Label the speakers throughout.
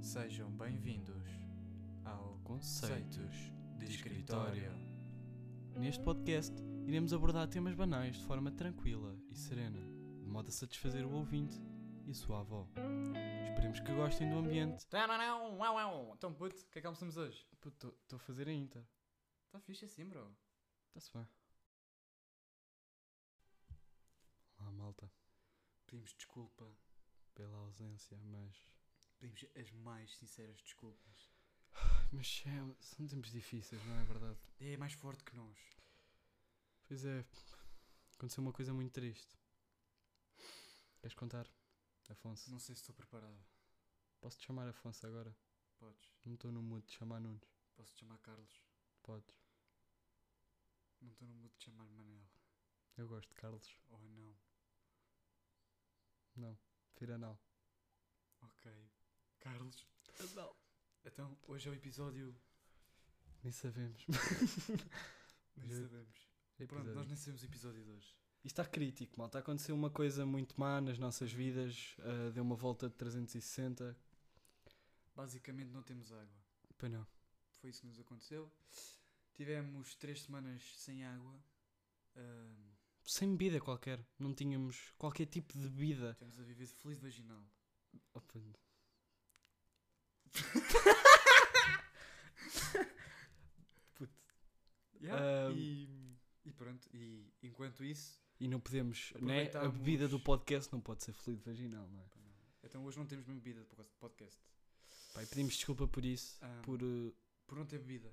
Speaker 1: Sejam bem-vindos ao
Speaker 2: Conceito.
Speaker 1: Conceitos de
Speaker 2: de
Speaker 1: Escritório.
Speaker 2: Neste podcast, iremos abordar temas banais de forma tranquila e serena, de modo a satisfazer o ouvinte e a sua avó. Esperemos que gostem do ambiente.
Speaker 1: Então, puto, o que é que almoçamos hoje?
Speaker 2: Estou a fazer a Inter.
Speaker 1: Está fixe assim, bro.
Speaker 2: Está-se bem. Olá, malta.
Speaker 1: Pedimos desculpa.
Speaker 2: Pela ausência, mas.
Speaker 1: Pedimos as mais sinceras desculpas.
Speaker 2: Mas é- são tempos difíceis, não é verdade?
Speaker 1: É mais forte que nós.
Speaker 2: Pois é. Aconteceu uma coisa muito triste. Queres contar, Afonso?
Speaker 1: Não sei se estou preparado.
Speaker 2: Posso-te chamar Afonso agora?
Speaker 1: Podes.
Speaker 2: Não estou no mood de chamar Nunes.
Speaker 1: Posso te chamar Carlos.
Speaker 2: Podes.
Speaker 1: Não estou no mood de chamar Manel.
Speaker 2: Eu gosto de Carlos.
Speaker 1: Oh, não.
Speaker 2: Não. Prefiro anal.
Speaker 1: Ok. Carlos. Então, hoje é o episódio.
Speaker 2: Nem sabemos.
Speaker 1: Nem
Speaker 2: Já-
Speaker 1: sabemos. Pronto, nós nem sabemos o episódio de hoje.
Speaker 2: Isto está crítico, malta. Aconteceu uma coisa muito má nas nossas vidas. ah, deu uma volta de 360.
Speaker 1: Basicamente, não temos água.
Speaker 2: Pois não.
Speaker 1: foi isso que nos aconteceu. Tivemos três semanas sem água. Ahm,
Speaker 2: Sem bebida qualquer. Não tínhamos qualquer tipo de bebida.
Speaker 1: estamos a viver de fluido vaginal.
Speaker 2: Opa,
Speaker 1: Yeah,
Speaker 2: Ahm.
Speaker 1: E, e pronto, e enquanto isso.
Speaker 2: E não podemos, né? A
Speaker 1: Aproveitámos-
Speaker 2: bebida do podcast não pode ser fluido vaginal, não é?
Speaker 1: Então hoje não temos mesmo bebida por causa do podcast.
Speaker 2: Pá, e pedimos desculpa por isso,
Speaker 1: Ah.
Speaker 2: por, eh,
Speaker 1: Por não ter bebida.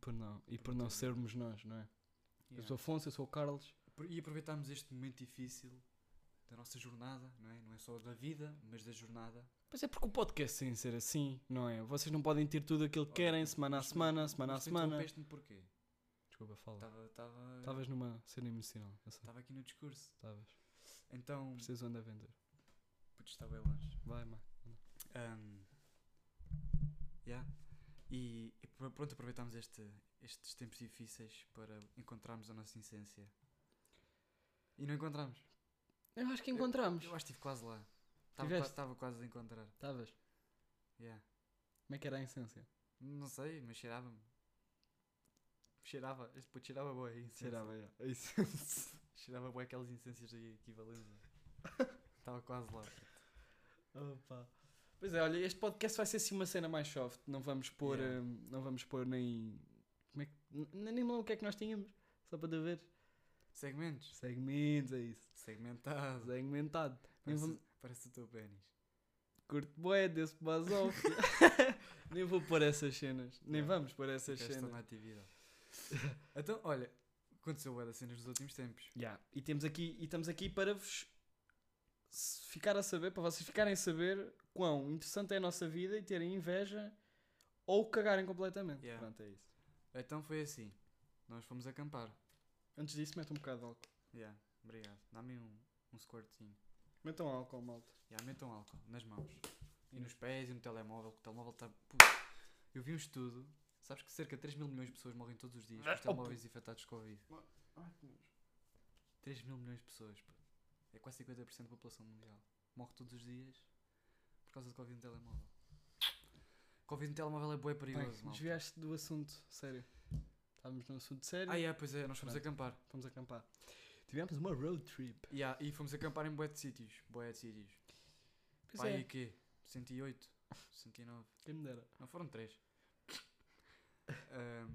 Speaker 2: por não, e
Speaker 1: Por
Speaker 2: por,
Speaker 1: não
Speaker 2: não
Speaker 1: ter-
Speaker 2: sermos nós, não é? Eu
Speaker 1: Yeah.
Speaker 2: sou Afonso, eu sou o Carlos.
Speaker 1: Por- E aproveitarmos este momento difícil da nossa jornada, não é? Não é só da vida, mas da jornada.
Speaker 2: Pois é porque o podcast tem de ser assim, não é? Vocês não podem ter tudo aquilo que
Speaker 1: Olha,
Speaker 2: querem, semana a
Speaker 1: mas tu-
Speaker 2: semana, semana a
Speaker 1: Mas tu
Speaker 2: semana.
Speaker 1: interrompeste-me porquê?
Speaker 2: Desculpa, fala.
Speaker 1: Estava tava,
Speaker 2: Estavas numa cena emocional, eu sei.
Speaker 1: tava aqui no discurso.
Speaker 2: Estavas.
Speaker 1: Então.
Speaker 2: Preciso andar a vender.
Speaker 1: Putz, estava bem longe.
Speaker 2: Vai, mãe.
Speaker 1: Um, yeah. E, e pr- pronto, aproveitámos este- estes tempos difíceis para encontrarmos a nossa essência. E não encontramos.
Speaker 2: Eu acho que
Speaker 1: Eu
Speaker 2: encontramos.
Speaker 1: acho que estive quase lá.
Speaker 2: Tiveste?
Speaker 1: Estava quase a encontrar.
Speaker 2: Estavas.
Speaker 1: Yeah.
Speaker 2: Como é que era a essência?
Speaker 1: Não sei, mas cheirava-me. Cheirava, este puto cheirava boa
Speaker 2: Cheirava, já. A essência.
Speaker 1: Cheirava boa aquelas essências de equivalência. Estava quase lá.
Speaker 2: Opa. Pois é, olha, este podcast vai ser assim uma cena mais soft. Não vamos pôr,
Speaker 1: Yeah.
Speaker 2: hum, não vamos pôr nem. Como é que. n- Nem me lembro o que é que nós tínhamos. Só para tu ver.
Speaker 1: Segmentos.
Speaker 2: Segmentos, é isso.
Speaker 1: Segmentado.
Speaker 2: Segmentado. Nem
Speaker 1: Parece,
Speaker 2: vamos-
Speaker 1: parece o teu pênis.
Speaker 2: Curto boé desse basófio. nem vou pôr essas cenas. Nem
Speaker 1: Yeah.
Speaker 2: vamos pôr essas
Speaker 1: Ficaste tão
Speaker 2: cenas.
Speaker 1: na atividade. é então, olha, aconteceu bué das cenas nos últimos tempos.
Speaker 2: Yeah. E, temos aqui, e estamos aqui para vos s- ficar a saber, para vocês ficarem a saber quão interessante é a nossa vida e terem inveja ou cagarem completamente.
Speaker 1: Yeah.
Speaker 2: Pronto, é isso.
Speaker 1: Então foi assim. Nós fomos acampar.
Speaker 2: Antes disso, mete um bocado de álcool.
Speaker 1: Yeah, obrigado. Dá-me um, um squirtinho.
Speaker 2: Metam álcool, malta.
Speaker 1: Yeah, metam álcool nas mãos. E
Speaker 2: Hum.
Speaker 1: nos pés e no telemóvel. que O telemóvel está... Eu vi um estudo. Sabes que cerca de 3 mil milhões de pessoas morrem todos os dias com os
Speaker 2: Oh,
Speaker 1: telemóveis infectados de Covid.
Speaker 2: Ai, que nojo.
Speaker 1: 3 mil milhões de pessoas. pá. É quase 50% da população mundial. Morre todos os dias por causa de Covid no telemóvel. Covid no telemóvel é bué
Speaker 2: Bem,
Speaker 1: perigoso, malta.
Speaker 2: desviaste do assunto, sério. Estávamos num assunto sério,
Speaker 1: Ah, yeah, pois é. Nós fomos
Speaker 2: Pronto.
Speaker 1: acampar.
Speaker 2: fomos acampar. Tivemos uma road trip.
Speaker 1: Ya, e fomos acampar em bué de sítios. Bué de sítios.
Speaker 2: Pois
Speaker 1: Pá,
Speaker 2: é,
Speaker 1: e quê? 108, 109.
Speaker 2: quem me dera.
Speaker 1: Não foram 3.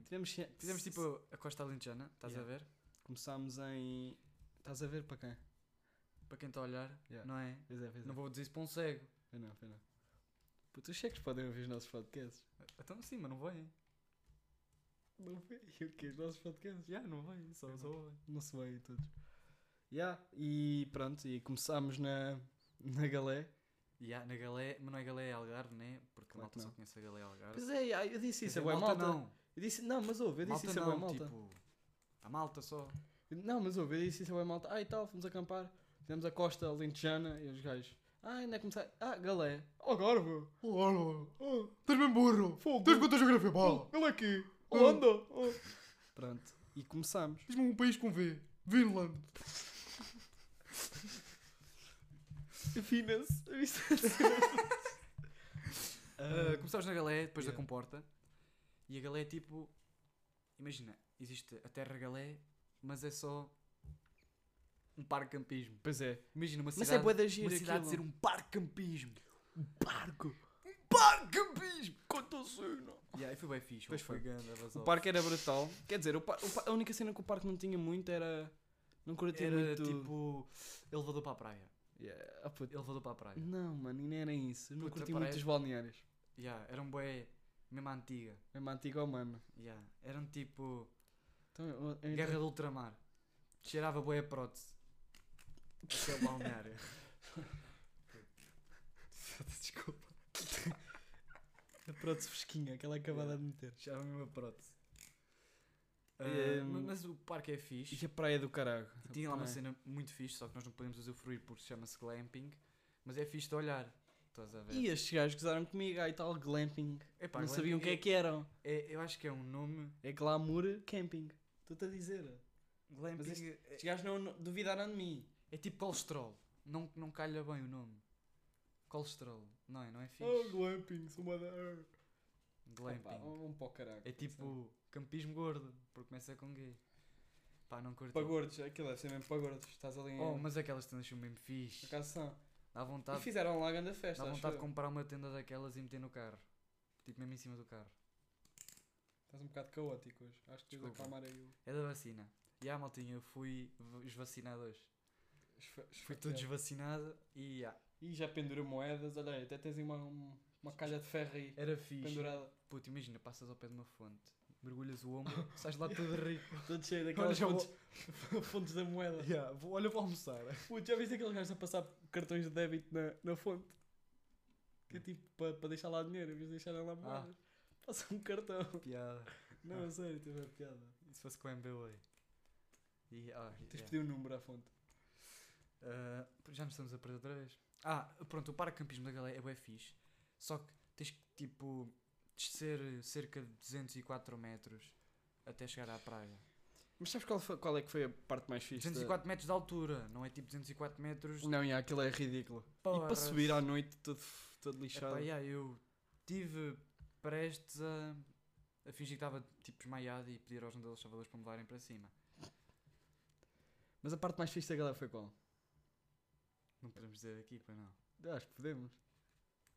Speaker 2: Tivemos, se-
Speaker 1: fizemos tipo a Costa Alentejana, estás
Speaker 2: Ya.
Speaker 1: a ver?
Speaker 2: Começámos em... Estás a ver para quem?
Speaker 1: Para quem está a olhar,
Speaker 2: Ya.
Speaker 1: não é?
Speaker 2: Pois é, pois é.
Speaker 1: Não vou dizer isso para um cego.
Speaker 2: Foi não, foi não. Puto, os cheques podem ouvir os nossos podcasts.
Speaker 1: Então sim, mas não vêm.
Speaker 2: Não foi? E o quê? Os nossos podcasts?
Speaker 1: Já, não vêm, só,
Speaker 2: Pois
Speaker 1: só
Speaker 2: não.
Speaker 1: ouvem.
Speaker 2: Não se veem todos. Ya, e pronto, e começámos na, na galé.
Speaker 1: Ya, na Galé, mas não é Galé, é Algarve, né? Porque a
Speaker 2: Claro
Speaker 1: malta
Speaker 2: que
Speaker 1: só
Speaker 2: não.
Speaker 1: conhece a Galé e Algarve.
Speaker 2: Pois é, ya, eu disse
Speaker 1: Quer
Speaker 2: isso, é
Speaker 1: dizer,
Speaker 2: bué malta.
Speaker 1: não.
Speaker 2: Eu disse, não, mas ouve, eu disse
Speaker 1: Malta
Speaker 2: isso é bué
Speaker 1: não,
Speaker 2: malta.
Speaker 1: tipo... A malta só.
Speaker 2: Não, mas ouve, eu disse isso é malta. Ah, e tal, fomos acampar. Fizemos a costa alentejana e os gajos. Ah, ainda começar. Ah, galé. Oh, Gorbo.
Speaker 1: Olá, Ah,
Speaker 2: Oh,
Speaker 1: estás bem burro.
Speaker 2: fogo.
Speaker 1: quantas geografia,
Speaker 2: Oh, ele aqui. Holanda. Oh. Pronto. E começámos.
Speaker 1: Diz-me um país com V. Vinland.
Speaker 2: Finas.
Speaker 1: Ah, começámos na Galé, depois da
Speaker 2: Yeah.
Speaker 1: Comporta. E a Galé é tipo. Imagina, existe a Terra Galé, mas é só. Um parque de campismo.
Speaker 2: Pois é.
Speaker 1: Imagina uma
Speaker 2: Mas
Speaker 1: cidade.
Speaker 2: é boa da
Speaker 1: uma
Speaker 2: gira
Speaker 1: cidade
Speaker 2: aquilo.
Speaker 1: ser um parque de campismo.
Speaker 2: parque.
Speaker 1: Parque de campismo!
Speaker 2: Quanto assim,
Speaker 1: Yeah, e foi bem fixe.
Speaker 2: Pois
Speaker 1: foi.
Speaker 2: foi.
Speaker 1: Ganda,
Speaker 2: O parque era brutal. Quer dizer, o par- o par- a única cena que o parque não tinha muito era... Não curtia
Speaker 1: era
Speaker 2: muito...
Speaker 1: tipo. Elevador para a praia.
Speaker 2: Yeah, ah, puto.
Speaker 1: Elevador para a praia.
Speaker 2: Não, mano, e nem era isso. Eu não
Speaker 1: Puta,
Speaker 2: curti muito
Speaker 1: parece-
Speaker 2: os balneários.
Speaker 1: Yeah, era um boé. Mesmo à antiga.
Speaker 2: Mesmo antigo, oh, mano.
Speaker 1: Yeah. Eram tipo.
Speaker 2: Então, eu- eu-
Speaker 1: Guerra do Ultramar. Cheirava boé a prótese. Aquele balneário. Desculpa.
Speaker 2: A prótese fresquinha, aquela acabada de meter.
Speaker 1: Cheirava mesmo a prótese. Ah,
Speaker 2: Eh,
Speaker 1: ma- mas o parque é fixe.
Speaker 2: E a praia do caralho.
Speaker 1: E tinha lá uma
Speaker 2: Praia.
Speaker 1: cena muito fixe, só que nós não podemos usufruir porque se chama-se glamping. Mas é fixe de olhar. Estás a ver?
Speaker 2: E estes gajos gozaram comigo, aí tal glamping.
Speaker 1: Epá,
Speaker 2: não
Speaker 1: glamping
Speaker 2: sabiam o que é que eram.
Speaker 1: é- Eu acho que é um nome.
Speaker 2: É glamour camping. Estou-te a dizer.
Speaker 1: Glamping
Speaker 2: este-
Speaker 1: é-
Speaker 2: Estes gajos não, não- duvidaram de mim.
Speaker 1: É tipo colesterol. Não, não calha bem o nome. Colesterol. Não é? Não é fixe?
Speaker 2: Oh, glamping, sou uma da...
Speaker 1: Glamping.
Speaker 2: Vamos para o caralho.
Speaker 1: é tipo campismo gordo, porque começa com gay. Pá, não curto.
Speaker 2: Para gordos, aquilo deve ser mesmo para gordos. Estás ali em...
Speaker 1: é Oh, mas aquelas tendas são mesmo
Speaker 2: na
Speaker 1: fixe.
Speaker 2: cação.
Speaker 1: Dá
Speaker 2: E
Speaker 1: vontade,
Speaker 2: fizeram lá a grande festa,
Speaker 1: dá
Speaker 2: acho
Speaker 1: vontade de
Speaker 2: eu.
Speaker 1: comprar uma tenda daquelas e meter no carro. Tipo, mesmo em cima do carro.
Speaker 2: Estás um bocado caótico hoje. Acho que tens de
Speaker 1: Desculpa.
Speaker 2: acalmar aí o...
Speaker 1: É da vacina. E ah, maltinha, eu fui v- esvacinado hoje.
Speaker 2: esfa-
Speaker 1: Fui
Speaker 2: esfa-
Speaker 1: todo
Speaker 2: é.
Speaker 1: esvacinado e ah,
Speaker 2: E já pendurou moedas, olha aí, até tens aí uma, um- uma calha de ferro aí
Speaker 1: era fixe.
Speaker 2: pendurada.
Speaker 1: Puto, imagina, passas ao pé de uma fonte, mergulhas o ombro, sais lá todo rico.
Speaker 2: Todo cheio
Speaker 1: daquelas
Speaker 2: daquelas fontes, fontes da moeda.
Speaker 1: Yeah, vou- olha, vou almoçar.
Speaker 2: Puto, já viste aqueles gajos a passar cartões de débito na, na fonte? Que é tipo para deixar lá dinheiro, em vez de deixarem
Speaker 1: Ah.
Speaker 2: lá moedas. Passa um cartão.
Speaker 1: Piada.
Speaker 2: Não, a sério, teve uma piada.
Speaker 1: E se fosse com o MBA? E, ah,
Speaker 2: Tens de
Speaker 1: yeah.
Speaker 2: pedir um número à fonte.
Speaker 1: Ah, já nos estamos a perder outra vez. Ah, pronto, o paracampismo da galera é bué fixe. Só que tens que, tipo, descer cerca de 204 metros até chegar à praia.
Speaker 2: Mas sabes qual, foi- qual é que foi a parte mais fixe? da-
Speaker 1: 204 metros de altura, não é tipo 204 metros de
Speaker 2: Não, e aquilo é ridículo. E para
Speaker 1: porras.
Speaker 2: subir à noite todo, f- todo
Speaker 1: Epá,
Speaker 2: lixado.
Speaker 1: yeah, eu tive prestes a, a fingir que estava tipo desmaiado e pedir aos modelos salvadores para me levarem para cima.
Speaker 2: Mas a parte mais fixe da galera foi qual?
Speaker 1: Não podemos dizer aqui, pois não.
Speaker 2: Acho que podemos.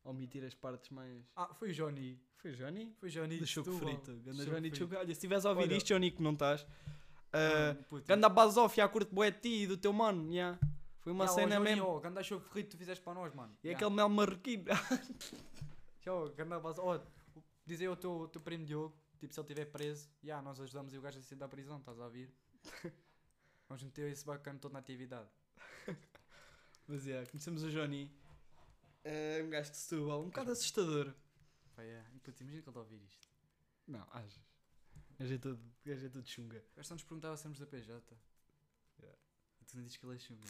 Speaker 2: Omitir as partes mais.
Speaker 1: Ah, foi o Johnny.
Speaker 2: Foi Johnny?
Speaker 1: Foi o Johnny
Speaker 2: De
Speaker 1: de
Speaker 2: choco
Speaker 1: Setúbal.
Speaker 2: frito. Ganda
Speaker 1: Choco
Speaker 2: Johnny de
Speaker 1: frito.
Speaker 2: choco. Olha, se estiveres a ouvir
Speaker 1: Olha.
Speaker 2: isto, Johnny, que não estás.
Speaker 1: Ah,
Speaker 2: Uh,
Speaker 1: puto,
Speaker 2: ganda Basof, a curto boé de ti e do teu mano. Yeah. Foi uma
Speaker 1: Ya, ó,
Speaker 2: cena
Speaker 1: Johnny,
Speaker 2: mesmo.
Speaker 1: ó, ganda show ferrito que tu fizeste para nós, mano.
Speaker 2: E
Speaker 1: Ya.
Speaker 2: aquele mel marroquino.
Speaker 1: Tchau, ganda base. Ó, dizer ao teu, teu primo Diogo, tipo, se ele estiver preso, já, nós ajudamos e o gajo a sair da prisão, estás a ouvir? Vamos meter esse bacana todo na atividade.
Speaker 2: Mas é, conhecemos o Johnny. É um gajo de Setúbal, um bocado assustador.
Speaker 1: Foi, é. E, Putz, imagina que ele está a ouvir isto.
Speaker 2: Não, achas? Gajo é todo, gajo é todo chunga.
Speaker 1: O gajo só nos perguntava se éramos da PJ.
Speaker 2: Yeah.
Speaker 1: E tu não dizes que ele é chunga.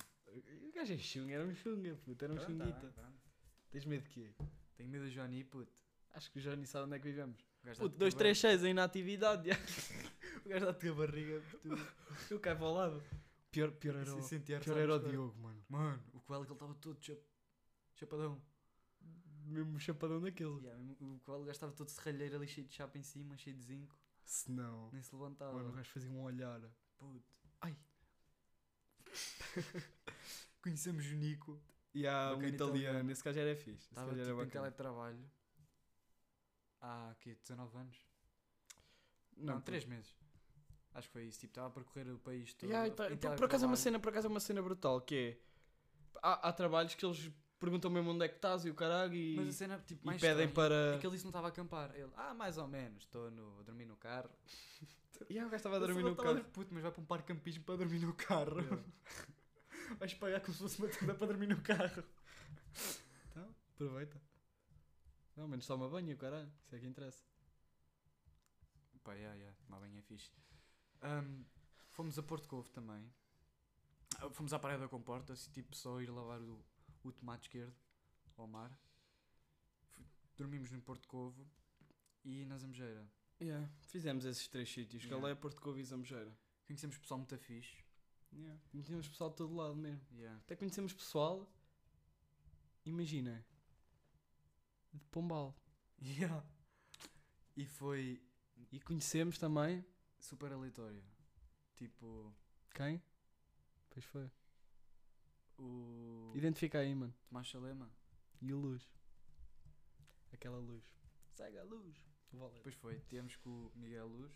Speaker 2: O gajo é chunga, era um chunga, puto, era um chunguita. Tens medo de quê?
Speaker 1: Tenho medo do Johnny, puto.
Speaker 2: Acho que o Johnny sabe onde é que vivemos.
Speaker 1: O gajo
Speaker 2: Puto,
Speaker 1: dá-te
Speaker 2: 2,
Speaker 1: com a
Speaker 2: 3, 6 aí na atividade.
Speaker 1: barriga. O gajo dá-te com a barriga, puto.
Speaker 2: Eu caio para o lado. é Pior, pior era o,
Speaker 1: Assim, senti ar,
Speaker 2: pior era o
Speaker 1: sabes,
Speaker 2: Diogo, mano.
Speaker 1: Mano, o Coelho que ele estava todo chap... chapadão.
Speaker 2: Mesmo chapadão daquele.
Speaker 1: Yeah, mesmo- o Coelho o gajo estava todo serralheiro ali, cheio de chapa em cima, cheio de zinco.
Speaker 2: Se Oh. não.
Speaker 1: Nem se levantava.
Speaker 2: Mano, o gajo fazia um olhar.
Speaker 1: Puto. Ai. Conhecemos o Nico.
Speaker 2: E há um
Speaker 1: Bacana italiano.
Speaker 2: italiano, esse gajo era fixe. Esse
Speaker 1: Estava
Speaker 2: gajo era
Speaker 1: tipo em
Speaker 2: bacana.
Speaker 1: teletrabalho. Há aqui 19 anos.
Speaker 2: Não,
Speaker 1: Não,
Speaker 2: puto.
Speaker 1: 3 meses. Acho que foi isso. Tipo, estava a percorrer o país todo.
Speaker 2: Ya,
Speaker 1: a-
Speaker 2: e tá-
Speaker 1: em
Speaker 2: então, por acaso é uma
Speaker 1: teletrabalho.
Speaker 2: cena, por acaso é uma cena brutal, que é há, há trabalhos que eles perguntam mesmo onde é que estás e o caralho e,
Speaker 1: Mas a cena, tipo,
Speaker 2: e
Speaker 1: mais
Speaker 2: pedem
Speaker 1: estranha
Speaker 2: para.
Speaker 1: É que ele disse que não estava a acampar. Ele, ah, mais ou menos. Estou no, a dormir no carro.
Speaker 2: E aí o gajo estava a
Speaker 1: Eu
Speaker 2: dormir
Speaker 1: só
Speaker 2: no
Speaker 1: tava a
Speaker 2: carro.
Speaker 1: dizer, Puto, mas vai para um parque de campismo para dormir no carro. Vais pagar como se fosse uma tenda para dormir no carro.
Speaker 2: Então, aproveita. Não, menos toma banho, e o caralho, isso é que interessa.
Speaker 1: Pá, já, já, tomar banho é fixe. Ahm, fomos a Porto Covo também. Ah, Fomos à Praia da Comporta, assim, tipo, só ir lavar o, o tomate esquerdo ao mar. Fu- Dormimos no Porto Covo e na Zambujeira.
Speaker 2: Yeah. Fizemos esses três sítios,
Speaker 1: Yeah.
Speaker 2: Calé, Porto Covo e Zambujeira.
Speaker 1: Conhecemos pessoal muito fixe.
Speaker 2: Yeah. Conhecemos pessoal de todo lado mesmo.
Speaker 1: Yeah.
Speaker 2: Até conhecemos pessoal, imagina, de Pombal.
Speaker 1: Yeah. E foi
Speaker 2: E conhecemos também
Speaker 1: super aleatório. Tipo,
Speaker 2: quem? Pois foi.
Speaker 1: o
Speaker 2: Identifica aí, mano.
Speaker 1: Tomás Chalema.
Speaker 2: E a luz. Aquela luz. Segue a luz. O Valete.
Speaker 1: Depois foi, temos com o Miguel Luz.